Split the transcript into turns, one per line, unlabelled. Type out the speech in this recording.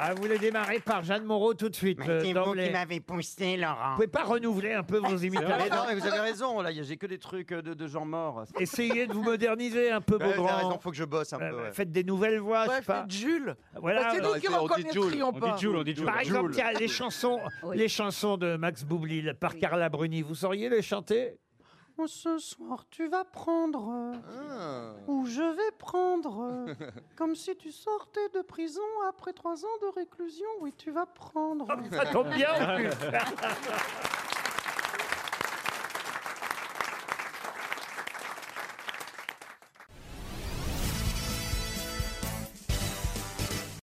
Ah, vous voulez démarrer par Jeanne Moreau tout de suite.
Mais
euh,
c'est vous
d'emblée.
qui m'avez poussé, Laurent.
Vous pouvez pas renouveler un peu vos
Mais
imitations
non, mais vous avez raison, là, y a- j'ai que des trucs euh, de, de gens morts.
Essayez de vous moderniser un peu,
Ouais, Vous avez
Beaugrand.
raison, faut que je bosse un
Euh,
peu. ouais.
Faites des nouvelles voix, je sais pas.
Jules. Oh,
Voilà.
c'est
euh,
nous qui reconnaîtrions pas.
Par exemple, il y a les chansons,
Oui.
les chansons de Max Boublil par Carla Bruni. Vous sauriez les chanter
Oh, Ce soir, tu vas prendre. euh, Ou je vais prendre. euh, comme si tu sortais de prison après trois ans de réclusion. Oui, tu vas prendre.
Ça tombe bien. en plus.